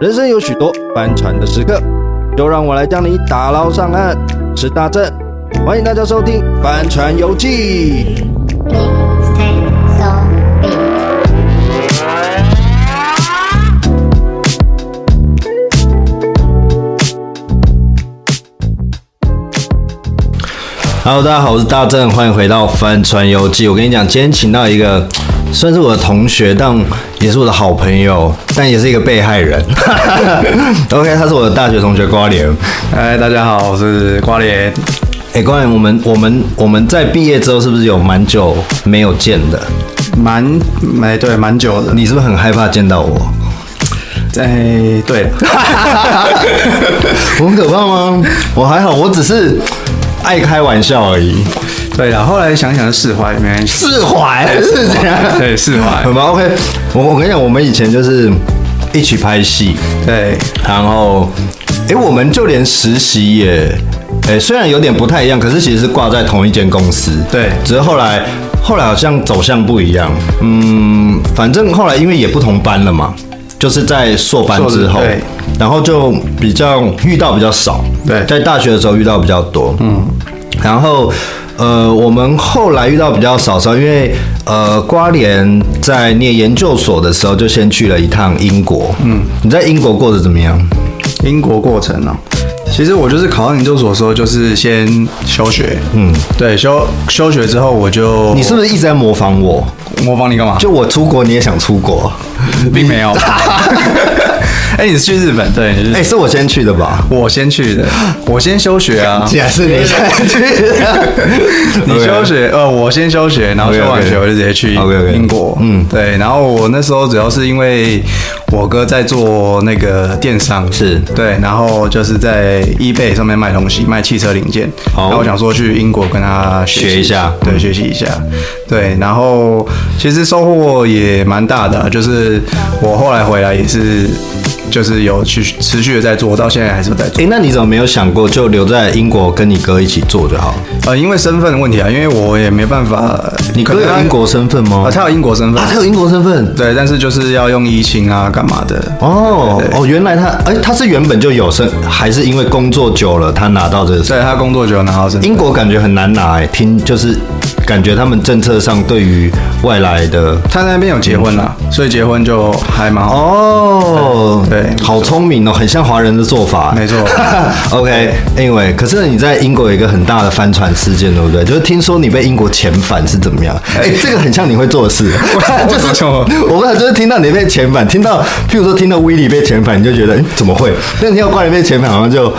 人生有许多翻船的时刻，就让我来将你打捞上岸。是大正，欢迎大家收听《帆船游记》。 Please take so big. 哈喽，大家好，我是大正，欢迎回到《帆船游记》。我跟你讲，今天请到一个算是我的同学，但也是我的好朋友，但也是一个被害人。OK，他是我的大学同学瓜莲。嗨，哎大家好，我是瓜莲。哎、瓜莲，我们我们我们在毕业之后是不是有蛮久没有见的？蛮，哎，对，蛮久的。你是不是很害怕见到我？哎，对，我很可怕吗？我还好，我只是爱开玩笑而已。对了，后来想想释怀，没关系。释怀是这样， 对，释怀很。吗？OK，我我跟你讲，我们以前就是一起拍戏，对，然后，哎，我们就连实习也，哎，虽然有点不太一样，可是其实是挂在同一间公司。对只是后来，后来好像走向不一样。嗯，反正后来因为也不同班了嘛，就是在硕班硕之后对，然后就比较遇到比较少。对在大学的时候遇到比较多。嗯，然后。呃，我们后来遇到比较少时候，因为呃，瓜莲在念研究所的时候就先去了一趟英国。嗯，你在英国过得怎么样？英国过程哦、其实我就是考上研究所的时候，就是先休学。嗯，对，休休学之后，我就你是不是一直在模仿我？模仿你干嘛？ 就我出国，你也想出国？并 没有。哎、你是去日本？对，你是、哎、是我先去的吧？我先去的，我先休学 啊。然是你先 去的，你 OK 休学，呃，我先休学，然后休啊 OK，OK 完学我就直接去 OK，OK 英国。嗯对。然后我那时候主要是因为我哥在做那个电商，是对，然后就是在 eBay 上面卖东西，卖汽车零件。好然后我想说去英国跟他学习学一下对，学习一下。对，然后其实收获也蛮大的啊，就是我后来回来也是，就是有去持续的在做，到现在还是在做哎、。那你怎么没有想过就留在英国跟你哥一起做就好？呃，因为身份的问题啊，因为我也没办法，你可哥能有他英国身份吗？啊，他有英国身份啊，，他有英国身份。对，但是就是要用疫情啊，干嘛的？哦哦，原来他哎、他是原本就有身，还是因为工作久了他拿到这个身？对他工作就有拿到身份，英国感觉很难拿哎、听就是感觉他们政策上对于外来的他那边有结婚啦，所以结婚就还蛮好。哦，对对好聪明哦，很像华人的做法。没错 OK，Anyway，可是你在英国有一个很大的帆船事件，对不对？就是听说你被英国遣返是怎么样？哎、这个很像你会做的事， 就是什么我不知道，就是听到你被遣返，听到譬如说听到威利被遣返，你就觉得、嗯怎么会？那你要怪人被遣返，好像就。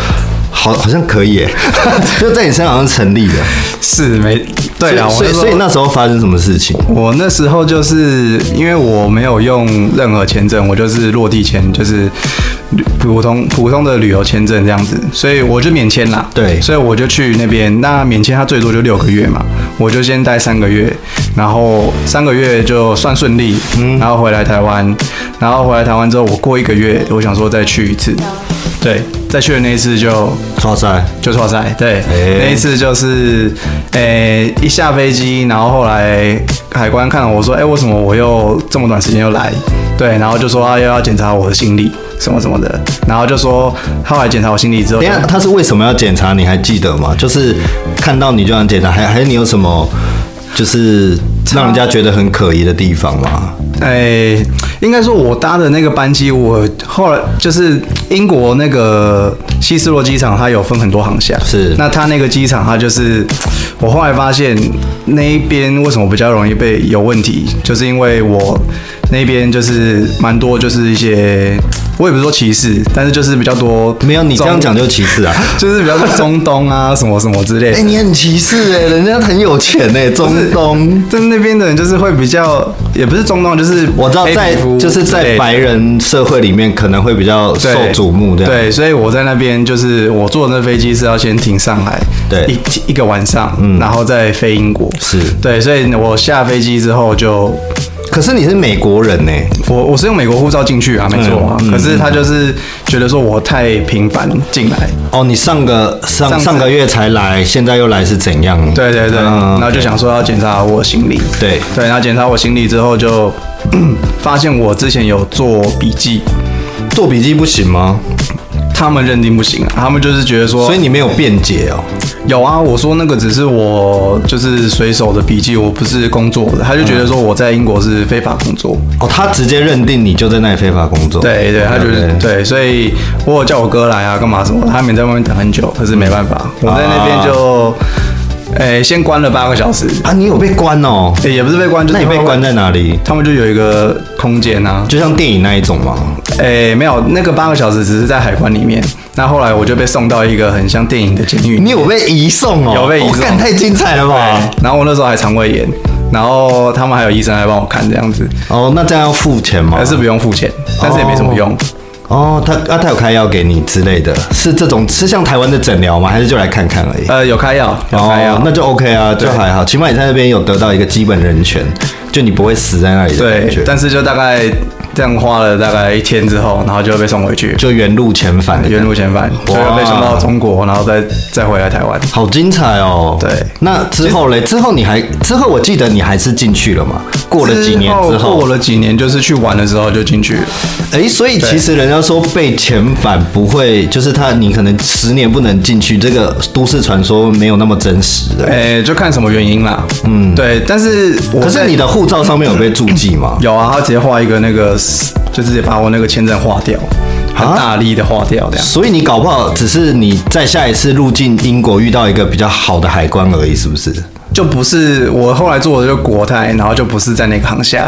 好，好像可以耶， 就在你身上好像成立的。是没对啦，我所以那时候所以啊那时候发生什么事情？我那时候就是因为我没有用任何签证，我就是落地签，就是旅普通普通的旅游签证这样子，所以我就免签啦。对所以我就去那边。那免签它最多就六个月嘛，我就先待三个月，然后三个月就算顺利，然后回来台湾，然后回来台湾之后，我过一个月，我想说再去一次，对，再去的那一次就哇塞，就错赛，对，哎那一次就是，诶、一下飞机，然后后来海关看了我说，哎、为什么我又这么短时间又来？对，然后就说啊，又要检查我的行李什么什么的，然后就说后来检查我行李之后等一就，下，他是为什么要检查？你还记得吗？就是看到你就想检查，还还是你有什么就是让人家觉得很可疑的地方吗？哎、应该说我搭的那个班机，我后来就是英国那个希斯罗机场，它有分很多航厦，是那它那个机场，它就是我后来发现那一边为什么比较容易被有问题，就是因为我那边就是蛮多就是一些，我也不是说歧视，但是就是比较多没有，你这样讲中就歧 视啊！就是比较多中东啊什么什么之类哎、的。你很歧视哎、人家很有钱哎、中东。就是那边的人就是会比较，也不是中东，就是我知道黑在皮肤就是之类在的白人社会里面可能会比较受对瞩目这样。对，所以我在那边就是我坐的那飞机是要先停上海，对嗯一一个晚上，然后再飞英国。是对，所以我下飞机之后就可是你是美国人哎、我我是用美国护照进去啊，没错啊、嗯嗯可是他就是觉得说我太频繁进来，哦，你上个上上次上个月才来，现在又来是怎样？对对对，嗯然后就想说要检查我行李，对 对，然后检查我行李之后就发现我之前有做笔记，做笔记不行吗？他们认定不行啊，他们就是觉得说，所以你没有辩解哦。有啊，我说那个只是我就是随手的笔记，我不是工作的，他就觉得说我在英国是非法工作，哦，他直接认定你就在那里非法工作。对对，他就是对，所以我有叫我哥来啊，干嘛什么，他们也在外面等很久，可是没办法，我在那边就，诶、先关了八个小时，啊，你有被关哦？诶也不是被哎关，就那是你被他们关在哪里？他们就有一个空间啊，就像电影那一种吗？诶、没有，那个八个小时只是在海关里面，那后来我就被送到一个很像电影的监狱，你有被移送哦？有被移送哦干太精彩了吧？然后我那时候还肠胃炎，然后他们还有医生来帮我看这样子，哦，那这样要付钱吗？但是不用付钱，但是也没什么用。哦，他啊，他有开药给你之类的，是这种是像台湾的诊疗吗？还是就来看看而已？呃，有开药，有开药，哦，那就 OK 啊，就还好，起码你在那边有得到一个基本人权，就你不会死在那里的感对觉，，但是就大概这样花了大概一天之后，然后就被送回去，就原路遣返的感觉，原路遣返，就被送到中国，然后再再回来台湾。好精彩哦！对那之后嘞？之后你还之后，我记得你还是进去了嘛？过了几年之后，过了几年，就是去玩的时候就进去了。哎，所以其实人家说被遣返不会，就是他你可能十年不能进去，这个都市传说没有那么真实的。诶、就看什么原因啦。嗯，对，但是我可是在你的护照上面有被注记吗？有啊，他直接画一个那个，就直接把我那个签证划掉，很啊大力的划掉这样。所以你搞不好只是你在下一次入境英国遇到一个比较好的海关而已，是不是？就不是我后来做的就国泰，然后就不是在那个航厦，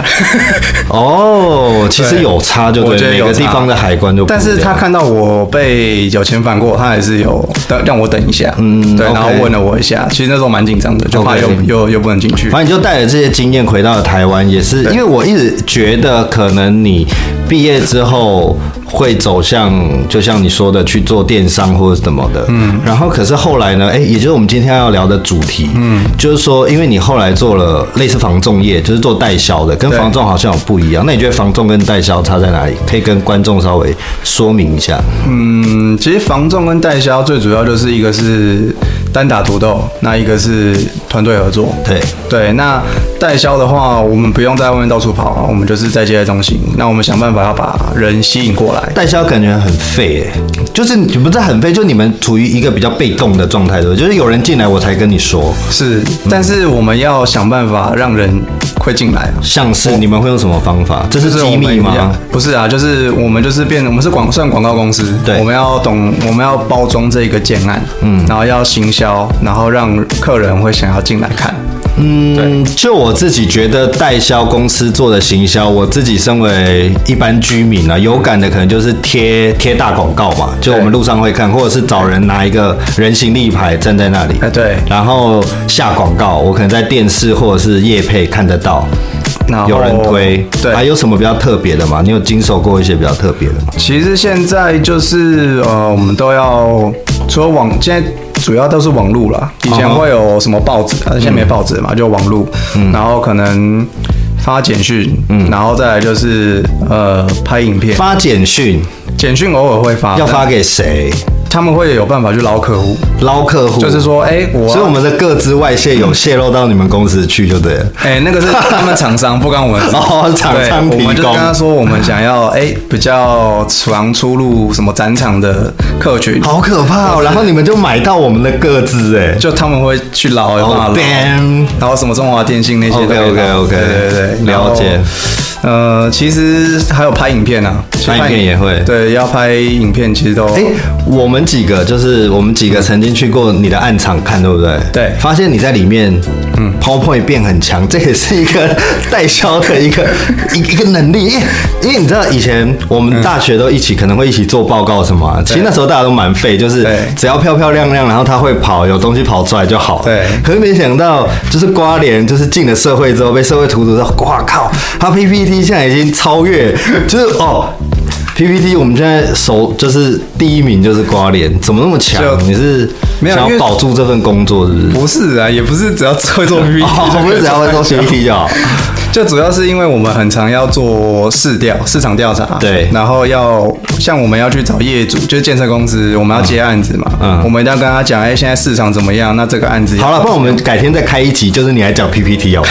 哦，其实有差就我觉对，得每有个差地方的海关就不但是一样他看到我被有遣返过，他还是有等让我等一下，嗯，对， OK 然后问了我一下，其实那时候蛮紧张的，就怕 OK 又又又不能进去，反正你就带着这些经验回到了台湾，也是因为我一直觉得，可能你毕业之后会走向，就像你说的，去做电商或者什么的。嗯。然后，可是后来呢？哎、也就是我们今天要聊的主题，嗯，就是说，因为你后来做了类似房仲业，就是做代销的，跟对房仲好像有不一样。那你觉得房仲跟代销差在哪里？可以跟观众稍微说明一下。嗯，其实防重跟代销最主要就是一个是单打独斗，那一个是团队合作，对。对，那代销的话，我们不用在外面到处跑啊，我们就是在接待中心，那我们想办法要把人吸引过来，代销感觉很废诶、就是你不是很废，就你们处于一个比较被动的状态，对不对？就是有人进来我才跟你说，是，但是我们要想办法让人会进来啊。像是你们会用什么方法？这是就是机我们密一样吗？？不是啊，就是我们就是变，我们是广算广告公司，对我们要懂，我们要包装这个建案，嗯，然后要行销，然后让客人会想要进来看，嗯，就我自己觉得代销公司做的行销，我自己身为一般居民啊，有感的可能就是贴贴大广告嘛，就我们路上会看，或者是找人拿一个人形立牌站在那里，哎对然后下广告，我可能在电视或者是夜配看得到。然后有人推，对，还有什么比较特别的吗？你有经手过一些比较特别的吗？其实现在就是呃，我们都要除了网，现在主要都是网路啦。以前哦会有什么报纸，但是现嗯在没报纸嘛，就网路。然后可能发简讯，然后再来就是呃拍影嗯片。发简讯简讯偶尔会发，要发给谁？但他们会有办法去捞客户，捞客户，就是，说，哎，我所以我啊们的各自外泄有泄露到你们公司去就对了。哎，那个 是他们厂商，不关我们事。哦厂商对我们提就供跟他说，我们想要哎比较常出入什么展场的客群，好可怕哦！然后你们就买到我们的各自哎，就他们会去捞，有办哦法捞。 ，damn，然后什么中华电信那些都可以 OK，OK，OK，对对对，然后了解。呃，其实还有拍影片啊，拍影片也会对，要拍影片其实都，哎，我们几个就是我们几个曾经去过你的暗场看，对不对？对发现你在里面，嗯，PowerPoint 变很强，这也是一个 代销的一个一一个能力，因为因为你知道以前我们大学都一起可能会一起做报告什么啊，其实那时候大家都蛮废，就是对只要漂漂亮亮，然后他会跑，有东西跑出来就好了。对可是没想到，就是瓜联，就是进了社会之后被社会荼毒到，哇靠！他 PPT 现在已经超越，就是哦，PPT 我们现在首就是第一名就是瓜联，怎么那么强就？你是没有想因要为保住这份工作是不 是？不是啊，也不是只要会做 PPT，哦，我们只要会做 PPT 就好。就主要是因为我们很常要做市调、市场调查，对然后要像我们要去找业主，就是建设公司，我们要接案子嘛，嗯我们一定要跟他讲，哎，现在市场怎么样？那这个案子要好了，不然我们改天再开一集，就是你来讲 PPT 哦。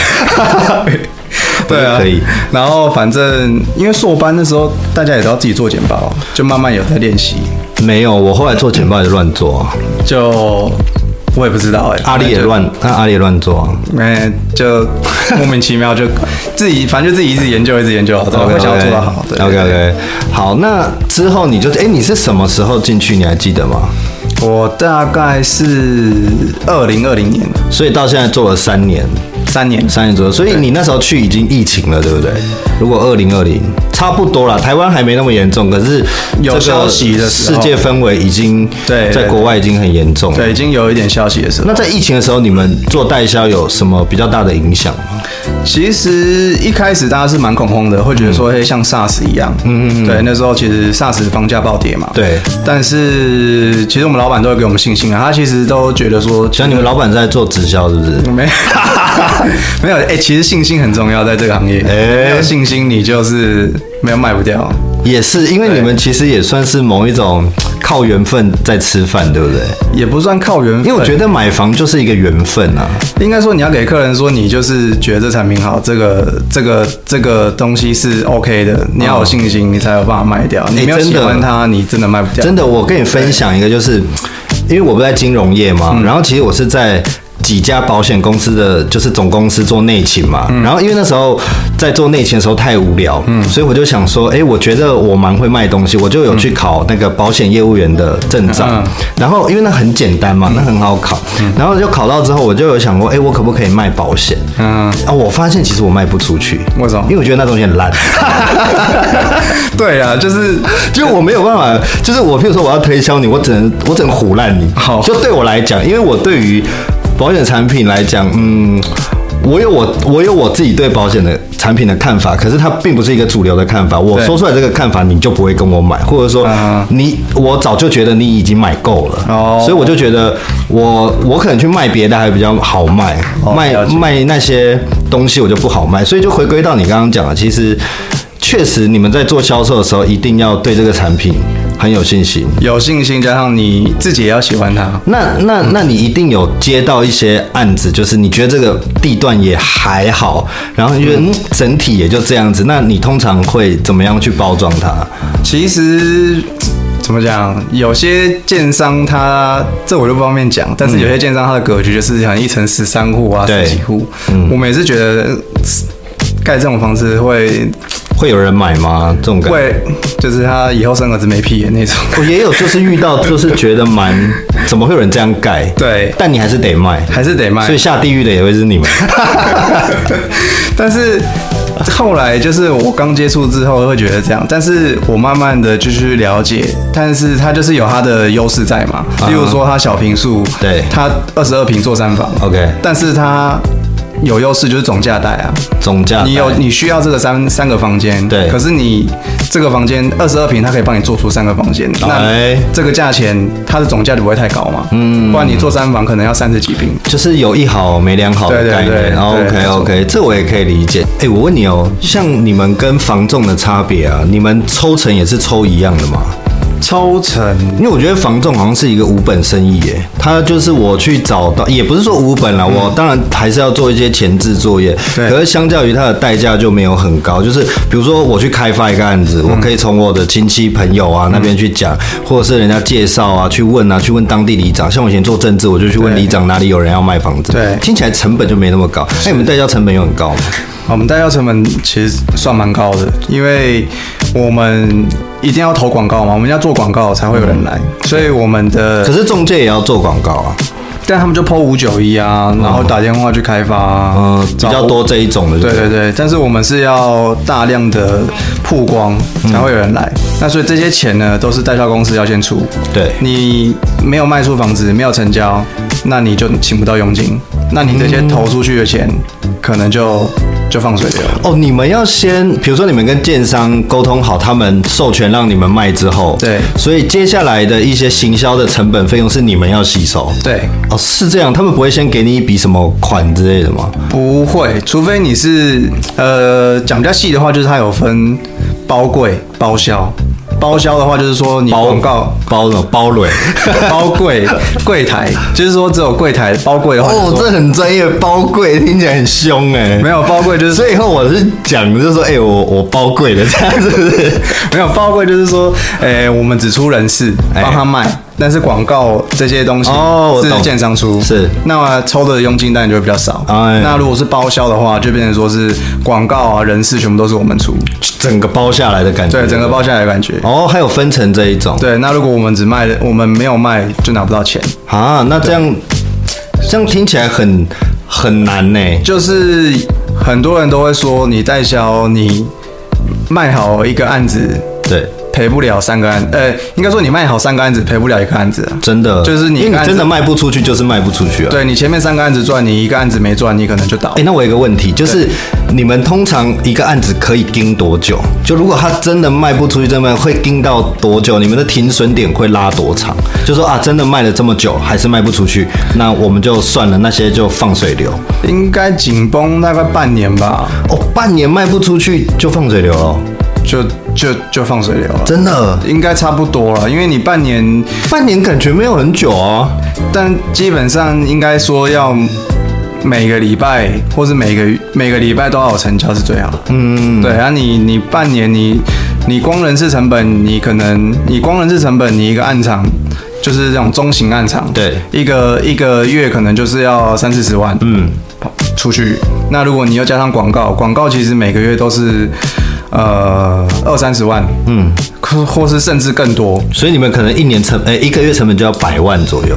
对啊，可以。然后反正因为硕班那时候大家也都要自己做简报，就慢慢有在练习。没有，我后来做简报也乱做，就我也不知道哎、阿里也乱，那阿里也乱做啊。哎、就莫名其妙就自己，反正就自己一直研究，一直研究，怎么会想要做到好？对 OK OK，好，那之后你就哎、你是什么时候进去？你还记得吗？我大概是二零二零年所以到现在做了三年，三年，三年左右。所以你那时候去已经疫情了，对不对？如果二零二零差不多啦，台湾还没那么严重，可是有这个消息的时世候界氛围已经对在国外已经很严重了。对，已经有一点消息的时候。那在疫情的时候，你们做代销有什么比较大的影响吗？其实一开始大家是蛮恐慌的，会觉得说，嘿，像 SARS 一样，嗯嗯，对，那时候其实 SARS 房价暴跌嘛，对但是其实我们老板都会给我们信心啊，他其实都觉得说，像你们老板在做直销，是不是？没 没有，哎、其实信心很重要，在这个行业，哎没有信心你就是没有卖不掉，也是，因为你们其实也算是某一种靠缘分在吃饭，对不对？也不算靠缘分，因为我觉得买房就是一个缘分啊。应该说你要给客人说，你就是觉得这产品好，这个这个这个东西是 OK 的，你要有信心，你才有办法卖掉，你没有哎真喜的欢它，你真的卖不掉，真的，我跟你分享一个，就是因为我不在金融业嘛，然后其实我是在。几家保险公司的就是总公司做内勤嘛，然后因为那时候在做内勤的时候太无聊，所以我就想说，哎、我觉得我蛮会卖东西，我就有去考那个保险业务员的证照，嗯然后因为那很简单嘛，那很好考，然后就考到之后，我就有想过，哎、我可不可以卖保险？嗯，啊，我发现其实我卖不出去，为什么因为我觉得那东西很烂。对啊，就是就我没有办法，就是我，譬如说我要推销你，我只能我只能唬烂你。好就对我来讲，因为我对于保险产品来讲，嗯。我有我我有我自己对保险的产品的看法，可是它并不是一个主流的看法。我对说出来这个看法，你就不会跟我买，或者说啊你我早就觉得你已经买够了，哦所以我就觉得我我可能去卖别的还比较好卖，哦卖了解卖那些东西我就不好卖，所以就回归到你刚刚讲的，其实确实你们在做销售的时候，一定要对这个产品很有信心。有信心，加上你自己也要喜欢它，那那嗯那你一定有接到一些案子，就是你觉得这个地段也还好，然后你觉得、嗯、整体也就这样子，那你通常会怎么样去包装它？其实怎么讲，有些建商他这我就不方便讲，但是有些建商他的格局就是像一层十三户啊、对十几户，嗯我每次觉得呃盖这种房子会会有人买吗？这种感觉？会就是他以后生儿子没屁眼那种。 我也有，就是遇到，就是觉得蛮， 怎么会有人这样盖？对但你还是得卖，还是得卖所以下地狱的也会是你 们。但是后来就是我刚接触之后会觉得这样，但是我慢慢的就去了解，但是它就是有它的优势在嘛，啊例如说它小平数，对它二十二平做三房 OK 但是它有优势就是总价带啊，总价你有带你需要这个三三个房间，对可是你这个房间二十二平，它可以帮你做出三个房间，哎那这个价钱它的总价就不会太高嘛，嗯，不然你做三房可能要三十几平，就是有一好没两好的对对概念。哦对对 OK 没错 OK，这我也可以理解。哎、我问你哦，像你们跟房仲的差别啊，你们抽成也是抽一样的吗？抽成因为我觉得房仲好像是一个无本生意耶，他就是我去找到，也不是说无本啦，我当然还是要做一些前置作业，嗯对可是相较于它的代价就没有很高。就是比如说我去开发一个案子，嗯我可以从我的亲戚朋友啊那边去讲，或者是人家介绍啊去问啊，去问当地里长。像我以前做政治，我就去问对里长哪里有人要卖房子，对听起来成本就没那么高。哎那你们代销成本有很高吗？我们代销成本其实算蛮高的，因为我们一定要投广告嘛，我们要做广告才会有人来，所以我们的可，是中介也要做广告啊，但他们就 PO 五九一啊，然后打电话去开发、啊，嗯，比较多这一种的，对对对，但是我们是要大量的曝光才会有人来，那所以这些钱呢都是代销公司要先出，对你没有卖出房子，没有成交，那你就请不到佣金，那你这些投出去的钱可能就就放水流了。哦，你们要先，比如说你们跟建商沟通好，他们授权让你们卖之后，对所以接下来的一些行销的成本费用是你们要吸收。对，哦，是这样，他们不会先给你一笔什么款之类的吗？不会，除非你是呃讲比较细的话，就是它有分包柜、包销。包销的话，就是说你包广告包什么包 蕊？包柜柜台，就是说只有柜台包柜的话，哦，就是这说很专业，包柜听起来很凶哎、没有包柜就是所以以后我是讲就是说，哎、我我包柜的，这样是不是？没有包柜就是说，诶、我们只出人事哎帮他卖，但是广告这些东西哦我是懂建商出，是那么抽的佣金当然就会比较少。哎那如果是包销的话，就变成说是广告啊、人事全部都是我们出，整个包下来的感觉，对，整个包下来的感觉。哦，还有分成这一种，对，那如果我们只卖，我们没有卖就拿不到钱，啊，那这样这样听起来很很难呢、就是很多人都会说你代销，你卖好一个案子，对，赔不了三个案，呃，应该说你卖好三个案子，赔不了一个案子啊。真的就是你因为你看真的这卖不出去，就是卖不出去啊。对你前面三个案子赚，你一个案子没赚，你可能就倒哎、。那我有一个问题，就是你们通常一个案子可以盯多久？就如果他真的卖不出去，这么会盯到多久？你们的停损点会拉多长？就说啊，真的卖了这么久，还是卖不出去，那我们就算了，那些就放水流。应该紧绷大概半年吧，哦，半年卖不出去就放水流了，哦就就就放水流了。真的，应该差不多了，因为你半年，半年感觉没有很久哦。但基本上应该说要每个礼拜或是每个每个礼拜都要有成交是最好的。嗯，对啊你，你半年你你光人事成本，你可能你光人事成本，你一个暗场就是这种中型暗场，对一个一个月可能就是要三四十万，嗯，出去。那如果你又加上广告，广告其实每个月都是呃二三十万，嗯，或或是甚至更多，所以你们可能一年成，哎、一个月成本就要百万左右，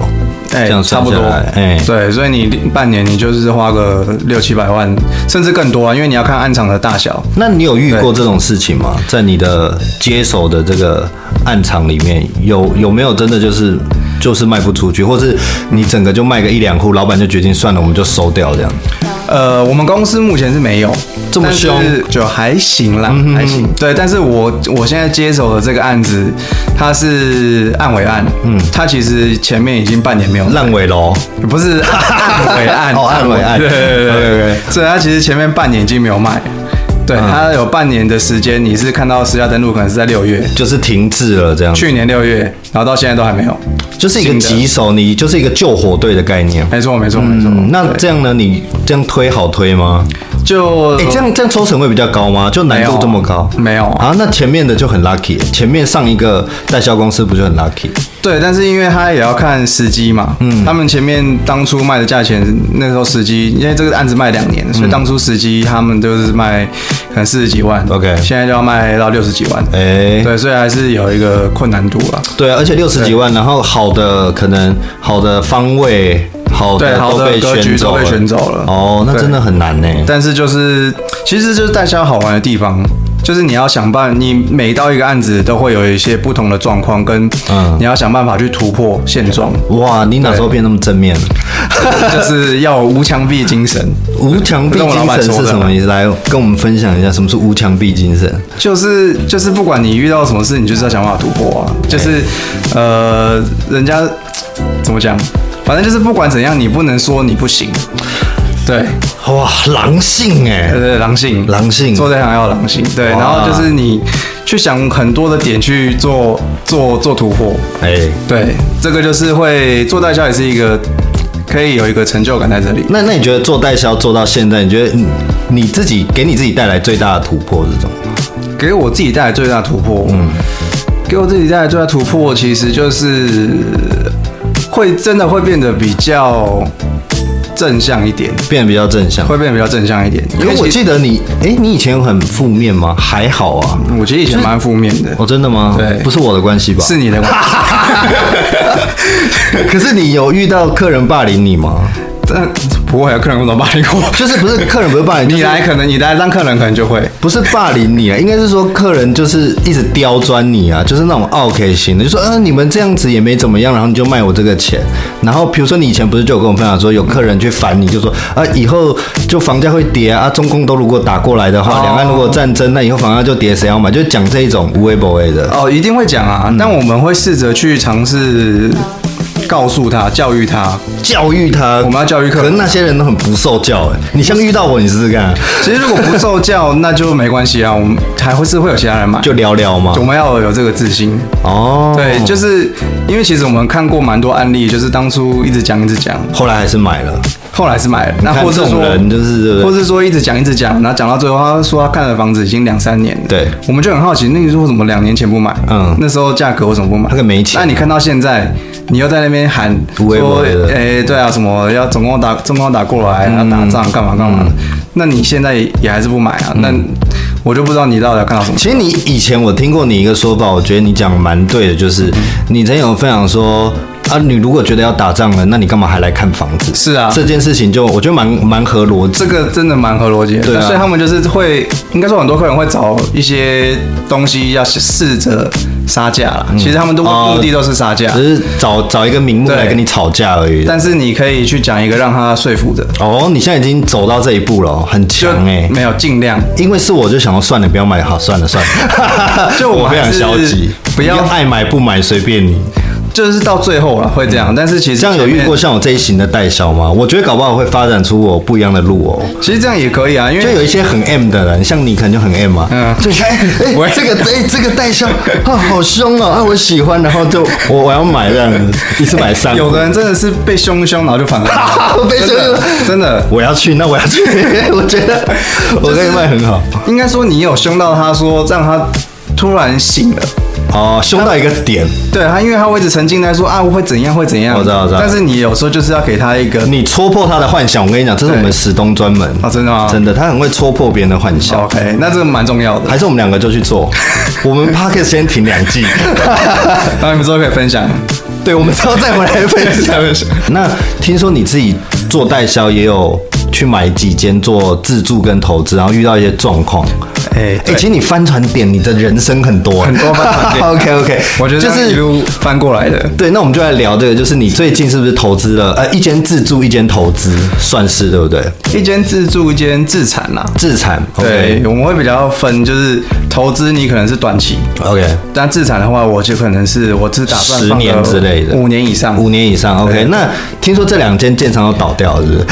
哎、这样差算不下多，来，哎、对，所以你半年你就是花个六七百万，甚至更多啊，因为你要看暗场的大小。那你有遇过这种事情吗？在你的接手的这个暗场里面，有有没有真的就是就是卖不出去，或是你整个就卖个一两户，老板就决定算了，我们就收掉这样？呃，我们公司目前是没有这么凶，嗯但是就还行啦，还行。对，但是我我现在接手的这个案子，它是案尾案，嗯，它其实前面已经半年没有卖烂尾楼，不是暗尾案， 哦暗尾案对对对对对 OK，OK 嗯对，所以它其实前面半年已经没有卖，对，它有半年的时间，你是看到私家登录可能是在六月，就是停滞了这样，去年六月，然后到现在都还没有，就是一个棘手，你就是一个救火队的概念。没错没错没错嗯，，那对这样呢？你这样推好推吗？就哎、这样这样抽成会比较高吗？就难呃没度有这么高？没有啊，那前面的就很 lucky，前面上一个代销公司不就很 lucky？对，但是因为他也要看时机嘛，嗯，他们前面当初卖的价钱，那时候时机，因为这个案子卖两年，嗯所以当初时机他们就是卖可能四十几万 OK 现在就要卖到六十几万，哎、对，所以还是有一个困难度啊。对，而且六十几万，然后好的可能好的方位，好对的好都的被格选局走都了，被选走了哦，那对真的很难呢。但是就是，其实就是代销好玩的地方，就是你要想办，你每到一个案子都会有一些不同的状况，跟嗯你要想办法去突破现 状，哇，你哪时候变那么正面了？就是要有无墙壁精神。无墙壁跟我老精板神说是的什么意思？来跟我们分享一下什么是无墙壁精神。就是就是，不管你遇到什么事，你就是要想办法突破啊。就是，呃，人家怎么讲，反正就是不管怎样，你不能说你不行。对，哇，狼性哎对，对，狼性，狼性做这行要有狼性。对，哇然后就是你去想很多的点去做做做突破。哎，对，这个就是会做代销，也是一个可以有一个成就感在这里。那那你觉得做代销做到现在，你觉得你你自己给你自己带来最大的突破是什么？给我自己带来最大突破，嗯，给我自己带来最大突破，其实就是会真的会变得比较正向一点，变得比较正向。会变得比较正向一点。可因为我其实记得你，哎、你以前很负面吗？还好啊。我其实以前蛮负面的，哦，真的吗？对不是我的关系吧？是你的关系， 可是你有遇到客人霸凌你吗？ 但不会有啊客人怎么霸凌我？就是 不是客人不是霸凌，你就是来可能你来当客人可能就会，不是霸凌你啊，应该是说客人就是一直刁钻你啊，就是那种 OK 型的，就说嗯、呃你们这样子也没怎么样，然后你就卖我这个钱。然后比如说你以前不是就有跟我分享说，有客人去烦你，就说啊以后就房价会跌啊，啊中共都如果打过来的话，哦两岸如果战争，那以后房价就跌，谁要买？就讲这一种无微不微的。哦，一定会讲啊，但我们会试着去尝试告诉他、教育他。教育他，我们要教育客人可啊能那些人都很不受教哎、你像遇到我，你试试看，其实如果不受教，那就没关系啊，我们还会是会有其他人买。就聊聊嘛我。们要有这个自信。哦，对，就是是因为其实我们看过蛮多案例，就是当初一直讲一直讲，后来还是买了。后来是买了，那看或这是种说人就是对不对或是说一直讲一直讲，然后讲到最后，他说他看了房子已经两三年了，对我们就很好奇，那你说为什么两年前不买？嗯那时候价格为什么不买？那个没钱那你看到现在，你又在那边喊无为说不为的，嗯哎，对啊，什么要总共打总共打过来，然后打仗干嘛干嘛的？那你现在也还是不买啊？嗯那我就不知道你到底要看到什么。其实你以前我听过你一个说法，我觉得你讲蛮对的，就是嗯你曾有分享说啊，你如果觉得要打仗了，那你干嘛还来看房子？是啊这件事情就我觉得蛮蛮合逻辑这。个真的蛮合逻辑的，对啊所以他们就是会，应该说很多客人会找一些东西要试着杀价啦。其实他们都哦目的都是杀价，只是找找一个名目啊对来跟你吵架而已。但是你可以去讲一个让他说服的，哦，你现在已经走到这一步了哦，很就强哎、没有尽量。因为是我就想要算了，不要买，好算了 算了。就我我们非还常是消极，不要你爱买不买随便你。就是到最后了会这样，但是其实嗯这样有前遇面过，像我这一型的代销吗？我觉得搞不好会发展出我不一样的路哦。其实这样也可以啊，因就为有一些很 M 的人，像你可能就很 M 嘛，嗯就你看，哎、我也这个哎、这个代销啊，好凶哦，啊，我喜欢，然后就我我要买这样子，一次买 三，有的人真的是被凶一凶，然后就 ，反了被凶一凶真的真的。我要去，那我要 去，我觉得我这个卖很好应该说你有凶到他说让他突然醒了，哦，凶到一个点，对他，因为他会一直沉浸在说啊我会怎样会怎样，我知道我知道但是你有时候就是要给他一个你戳破他的幻想，我跟你讲，这是我们史东专门啊真的吗？真的，他很会戳破别人的幻想。 OK，那这个蛮 重要的，还是我们两个就去 做，我们 p o c k e t 先停两季，那你们之后可以分享。对，我们之后再回来分享。 那听说你自己做代销，也有去买几间做自助跟投资，然后遇到一些状况。哎 哎、其实你翻船点，你的人生很多、很多翻 船点 OK OK，我觉得就这样一是路翻过来的。对。那我们就来聊这个，就是你最近是不是投资了？呃，一间自助，一间投资，算是对不对？一间自助，一间自产啦、自产对，我们会比较分，就是投资你可能是短期， OK，但自产的话，我就可能是我只打算十放个年之类的，五年以上。五年以上。OK，啊对那听说这两间建商都倒掉，是不是？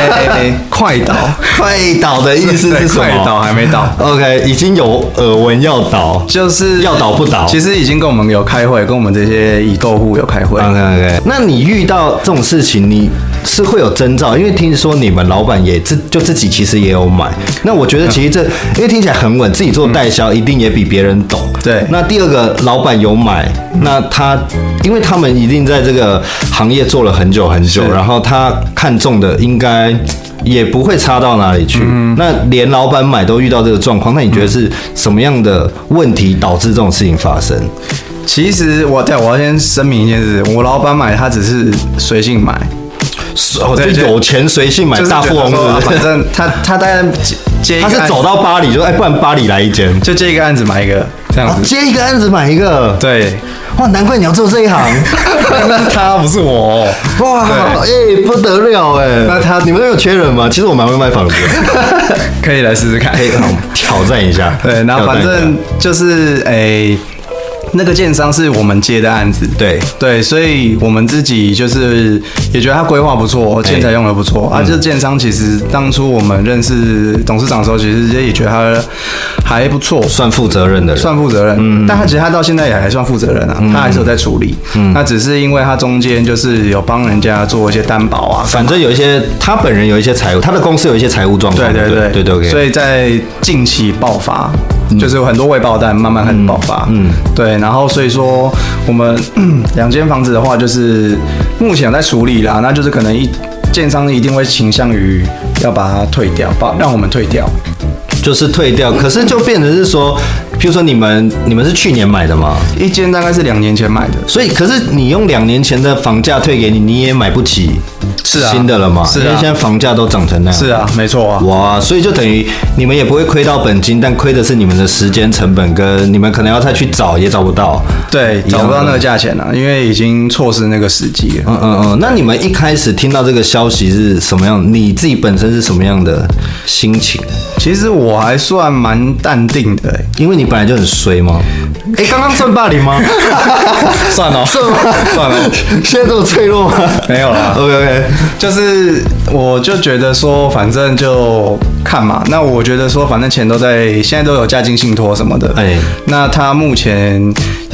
哎哎哎，快倒， 快倒的意思是对什么？ 快倒还没倒， OK，已经有耳闻要倒。就是要倒不倒其实已经跟我们有开会，跟我们这些已购户有开会。 OK OK，那你遇到这种事情，你是会有征兆，因为听说你们老板也自就自己其实也有买。那我觉得其实这，因为听起来很稳，自己做代销一定也比别人懂。对那第二个，老板有买，那他因为他们一定在这个行业做了很久很久，是然后他看中的应该。也不会差到哪里去。嗯那连老板买都遇到这个状况，那你觉得是什么样的问题导致这种事情发生？其实我对我要先声明一件事，我老板买他只是随性买，哦，对就就有钱随性买就是大富翁，觉得说啊是不反是？正他他大概接接 一他个是案走到巴黎就哎，不然巴黎来一间，就接一个案子买一个这样 啊子。接一个案子买一个，，对，哇，难怪你要做这 一行，那是他不是我、哇，哎不得了哎，那他你们那有缺人吗？其实我蛮会卖房子 的，可以来试试看。可以好挑战一下，对，然后挑战一反下正就是诶、那个建商是我们接的案子，对对，所以我们自己就是也觉得他规划不错，建材用的不错、啊。这建商其实当初我们认识董事长的时候，其实也觉得他还不错，算负责任的人，算负责任，但他其实他到现在也还算负责任啊，他还是有在处理，那只是因为他中间就是有帮人家做一些担保啊，反正有一些他本人有一些财务，他的公司有一些财务状况，对对对对对对，OK，所以在近期爆发，就是有很多未爆弹慢慢开始爆发。嗯，对，然后所以说我们嗯两间房子的话，就是目前有在处理啦，那就是可能一。建商一定会倾向于要把它退掉，把让我们退掉。就是退掉，可是就变成是说，譬如说你们你们是去年买的吗？一间大概是两年前买的，所以，可是你用两年前的房价退给你，你也买不起是啊新的了嘛？是啊因为现在房价都涨成那样。是。啊，没错啊，哇，所以就等于你们也不会亏到本金，但亏的是你们的时间成本，跟你们可能要再去找也找不到。对，样找不到那个价钱啊了，因为已经错失那个时机了。嗯嗯嗯，那你们一开始听到这个消息是什么样？你自己本身是什么样的心情？其实我还算蛮淡定的、 欸，因为你本来就很衰吗？哎、刚刚算霸凌吗？ 算了， 算吗？算 了，现在这么脆弱吗？没有啦 OK OK， 就是我就觉得说，反正就看嘛。那我觉得说，反正钱都在，现在都有价金信托什么的。哎那他目前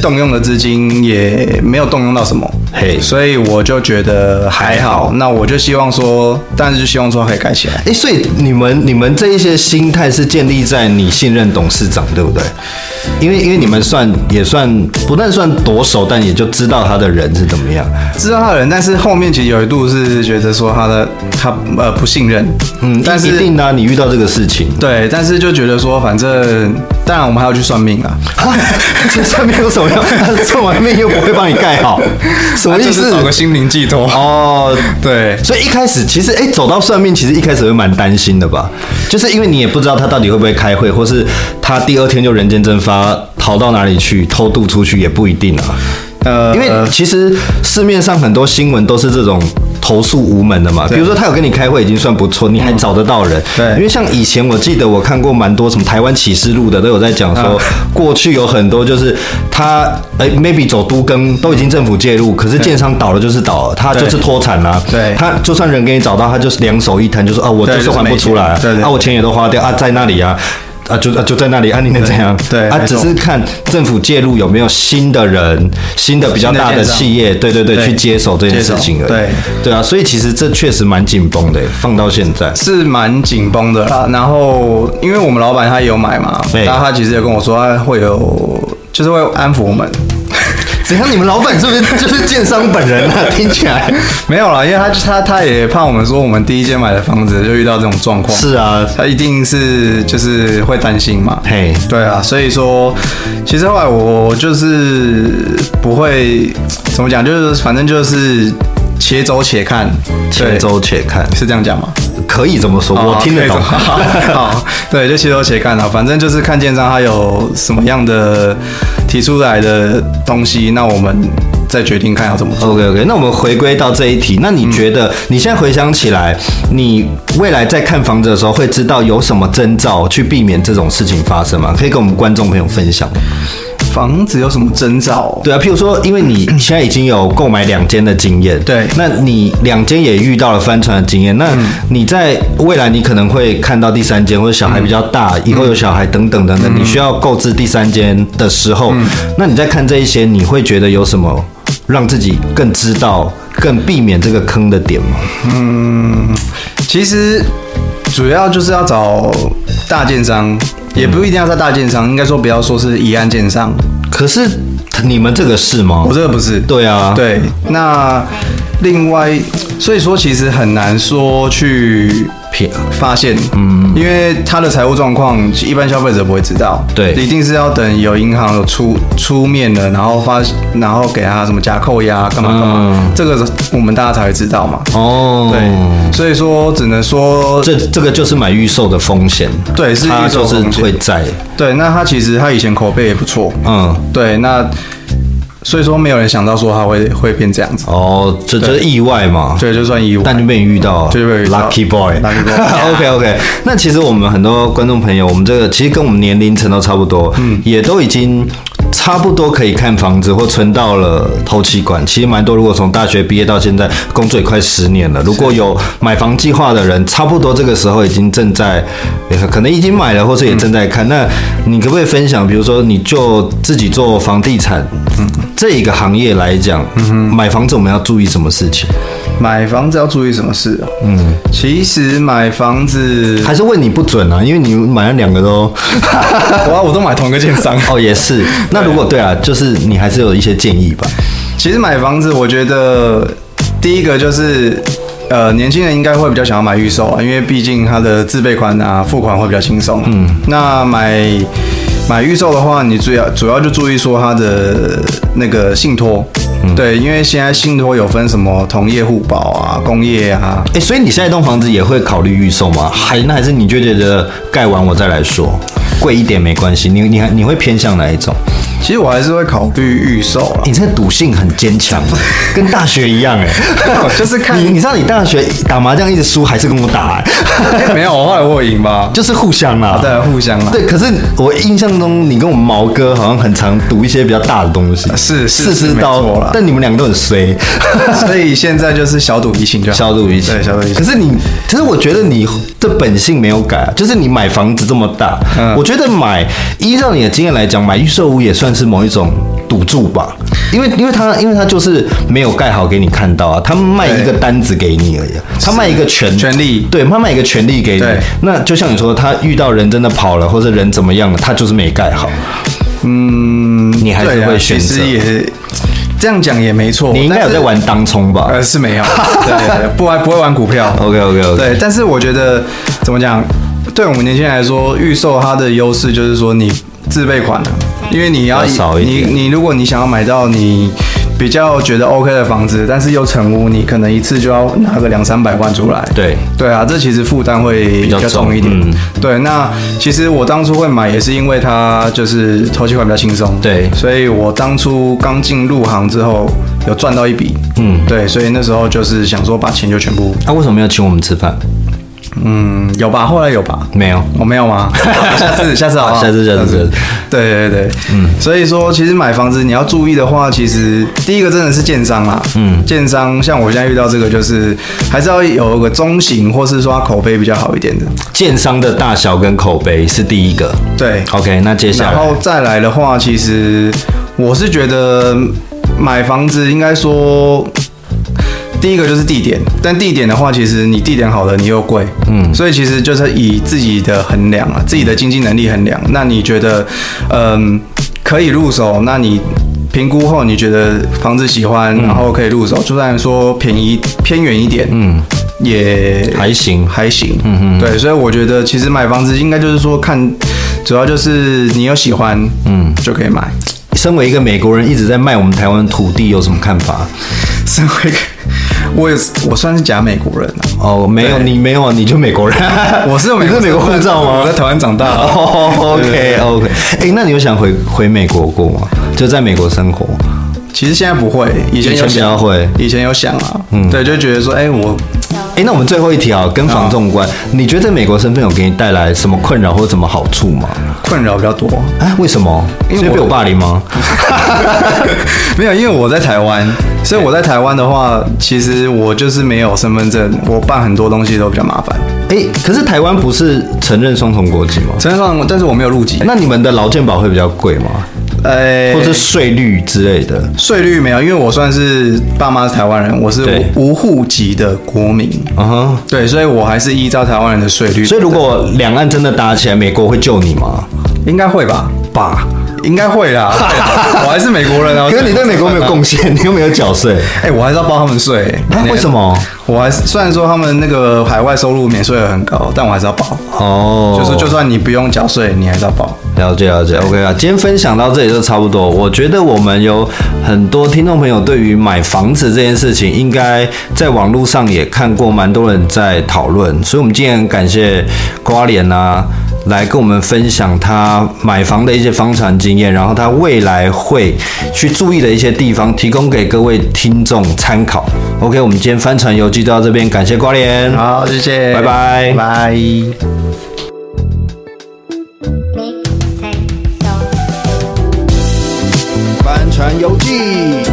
动用的资金也没有动用到什么，嘿所以我就觉得还好。那我就希望说，但是就希望说可以盖起来。哎、所以你们你们这一些心态是建立在你信任董事长，对不对？因为因为你们算也算不但算夺手，但也就知道他的人是怎么样。知道他的人，但是后面其实有一度是觉得说他的他呃不信任，嗯，但一是定的啊、你遇到这个事 情，对，但是就觉得说反正，当然我们还要去算命啊，这上面有什么样？ 他算完命又不会帮你盖好，什么意就是思？找个心灵寄托。哦，对，所以一开始其实，哎、走到算命，其实一开始会蛮担心的吧？就是因为你也不知道他到底会不会开会，或是他第二天就人间蒸发，逃到哪里去，偷渡出去也不一定啊。呃，因为其实市面上很多新闻都是这种投诉无门的嘛，比如说他有跟你开会已经算不错，你还找得到人。对因为像以前我记得我看过蛮多什么台湾启示录的，都有在讲说，啊过去有很多就是他哎、maybe 走都更都已经政府介入，可是建商倒了就是倒了，他就是脱产啦、对他就算人给你找到，他就是两手一摊，就说啊我对就是还不出来啊，就是没钱对对啊我钱也都花掉啊在那里啊。啊，就啊就在那里啊，你能怎样？对啊，没只错是看政府介入有没有新的人、新的比较大的企业，对对对，对去接手这件事情而已。接手对对啊，所以其实这确实蛮紧绷的，放到现在。是蛮紧绷的啦。然后因为我们老板他也有买嘛，对然后他其实也跟我说他会有，就是会安抚我们。 怎样？你们老板是不是 就是建商本人啊？听起来没有啦，因为他他他也怕我们说我们第一间买的房子就遇到这种状况，是啊，他一定是就是会担心嘛。嘿，对啊，所以说，其实后来我就是不会怎么讲，就是反正就是且走且看，且对走且看，是这样讲吗？可以这么说，我哦听得懂。可以走 好，对，就且走且看啊，反正就是看建商他有什么样的提出来的东西，那我们再决定看要怎么做。 OK OK，那我们回归到这一题，那你觉得、你现在回想起来，你未来在看房子的时候会知道有什么征兆去避免这种事情发生吗？可以跟我们观众朋友分享吗。房子有什么征兆、对啊，譬如说，因为 你现在已经有购买两间的经验，对嗯那你两间也遇到了翻船的经验，那你在未来你可能会看到第三间，或者小孩比较大，嗯以后有小孩等等等等，你需要购置第三间的时候，嗯那你在看这一些，你会觉得有什么让自己更知道、更避免这个坑的点吗？其实主要就是要找大建商，也不一定要在大建商，应该说不要说是一案建商，可是你们这个是吗我？这个不是。对啊，，对，那另外，所以说其实很难说去撇发现，嗯，因为他的财务状况一般消费者不会知道，对一定是要等有银行有出出面了，然后发，然后给他什么假扣押干嘛干嘛，嗯这个我们大家才会知道嘛，哦，对，所以说只能说这这个就是买预售的风险，对是它预售就是风险会在，对，那他其实他以前口碑也不错，嗯。对，那所以说没有人想到说他会会变这样子，哦，这这对是意外嘛？所以就算意外但。就被你遇到了，就被我遇到 lucky boy。 Lucky boy OK OK，那其实我们很多观众朋友，我们这个其实跟我们年龄层都差不多，嗯，也都已经差不多可以看房子或存到了头期款。其实蛮多，如果从大学毕业到现在，工作也快十年了。如果有买房计划的人，差不多这个时候已经正在，呃可能已经买了，或是也正在看。那你可不可以分享，比如说你就自己做房地产，嗯这一个行业来讲，买房子我们要注意什么事情？买房子要注意什么事、啊？嗯，其实买房子，还是问你不准啊，因为你买了两个都。 哇，我都买同一个建商。 哦，也是。那如果对啊，就是你还是有一些建议吧。其实买房子，我觉得第一个就是，呃，年轻人应该会比较想要买预售啊，因为毕竟它的自备款啊、付款会比较轻松。嗯，那买买预售的话，你主要主要就注意说它的那个信托。对，因为现在信托有分什么同业互保啊、工业啊，哎、所以你下一栋房子也会考虑预售吗？还那还是你就觉得盖完我再来说，贵一点没关系。你你还你会偏向哪一种？其实我还是会考虑预售啊。你这个赌性很坚强，啊 跟大学一样哎、就是看你，你知道你大学打麻将一直输，还是跟我打、欸， 没有，后来我有赢 吧？就是互相啦，对，互相 啊。对，可是我印象中你跟我毛哥好像很常赌一些比较大的东西，是是四是十没错刀啦，但你们两个都很衰，所以现在就是小赌怡情就好。小赌怡情。对，小赌怡可情。是你，可是我觉得你的本性没有改啊，就是你买房子这么大，嗯我觉得买依照你的经验来讲，买预售屋也算是某一种赌注吧，因为因为他因为他就是没有盖好给你看到啊，他卖一个对单子给你而已啊，他卖一个权权利对，他卖一个权利给你对。那就像你说，他遇到人真的跑了，或者人怎么样了，他就是没盖好，嗯，你还是对啊会选其择实也这样讲也没错。你应该有在玩当冲吧但是？呃，是没有，对对，对不玩不会玩 股票。 ？OK OK OK，对，但是我觉得怎么讲，对我们年轻人来说，预售它的优势就是说你自备款啊，因为你要要少一你点你如果你想要买到你比较觉得 OK 的房子，但是又成屋，你可能一次就要拿个两三百万出来。对对啊，这其实负担会比较较重一点。重嗯对，那其实我当初会买也是因为它就是头期款比较轻松。对所以我当初刚进入行之后有赚到一笔。嗯对，所以那时候就是想说把钱就全部啊他、为什么没有请我们吃饭？嗯，有吧？后来有吧？没有。我、没 有吗？下次，下次好不好，啊嗯下次下次下次对对对，嗯。所以说，其实买房子你要注意的话，其实第一个真的是建商啦，嗯，建商像我现在遇到这个，就是还是要有个中型，或是说它口碑比较好一点的。建商的大小跟口碑是第一个。对 OK，那接下然来后再来的话，其实我是觉得买房子应该说。第一个就是地点，但地点的话，其实你地点好了，你又贵，嗯，所以其实就是以自己的衡量啊，自己的经济能力衡量。那你觉得，嗯，可以入手？那你评估后，你觉得房子喜欢，嗯然后可以入手，就算说便宜偏远一点，嗯，也还行。还行，嗯嗯，对，所以我觉得其实买房子应该就是说看，主要就是你有喜欢，嗯，就可以买。 身为一个美国人，一直在卖我们台湾土地，有什么看法？身为一个，我也是我算是假美国人啊，哦，没有，对你没有，你就美国人。 我是有美你国是美国护照我吗哦 在台湾长大啊、 ？OK 对 OK，哎，那你有想回回美国过吗？就在美国生活？其实现在不会，以前以前有比较想会以前有想啊，嗯，对，就觉得说，哎、我哎，那我们最后一题啊，跟房仲关，你觉得美国身份有给你带来什么困扰或什么好处吗？困扰比较 多， 啊，为什么？因因为为我被我霸凌 吗？没有，因为我在台湾，所以我在台湾的话，其实我就是没有身份证，我办很多东西都比较麻烦。哎，可是台湾不是承认双重国籍吗？承认上，但是我没有入籍，那你们的劳健保会比较贵吗？呃、或是税率之类的？税率没有，因为我算是爸妈是台湾人，我是对无无户籍的国民，嗯哼。对，所以我还是依照台湾人的税率。所以如果两岸真的打起来，美国会救你吗？应该会吧？吧，应该 会啦。对啦我还是美国人啊，可是你对美国没有贡 献，你又没有缴税，哎、我还是要报他们税、啊为什么？我还是虽然说他们那个海外收入免税额很高，但我还是要报。哦，就是就算你不用缴税，你还是要报。了解了解，OK 啊，今天分享到这里就差不多。我觉得我们有很多听众朋友对于买房子这件事情，应该在网络上也看过蛮多人在讨论，所以我们今天很感谢瓜脸啊，来跟我们分享他买房的一些房产经验，然后他未来会去注意的一些地方，提供给各位听众参考。OK，我们今天帆船游记就到这边，感谢瓜脸，好，谢谢，拜拜拜拜。 Mixtape Soul 帆船游记。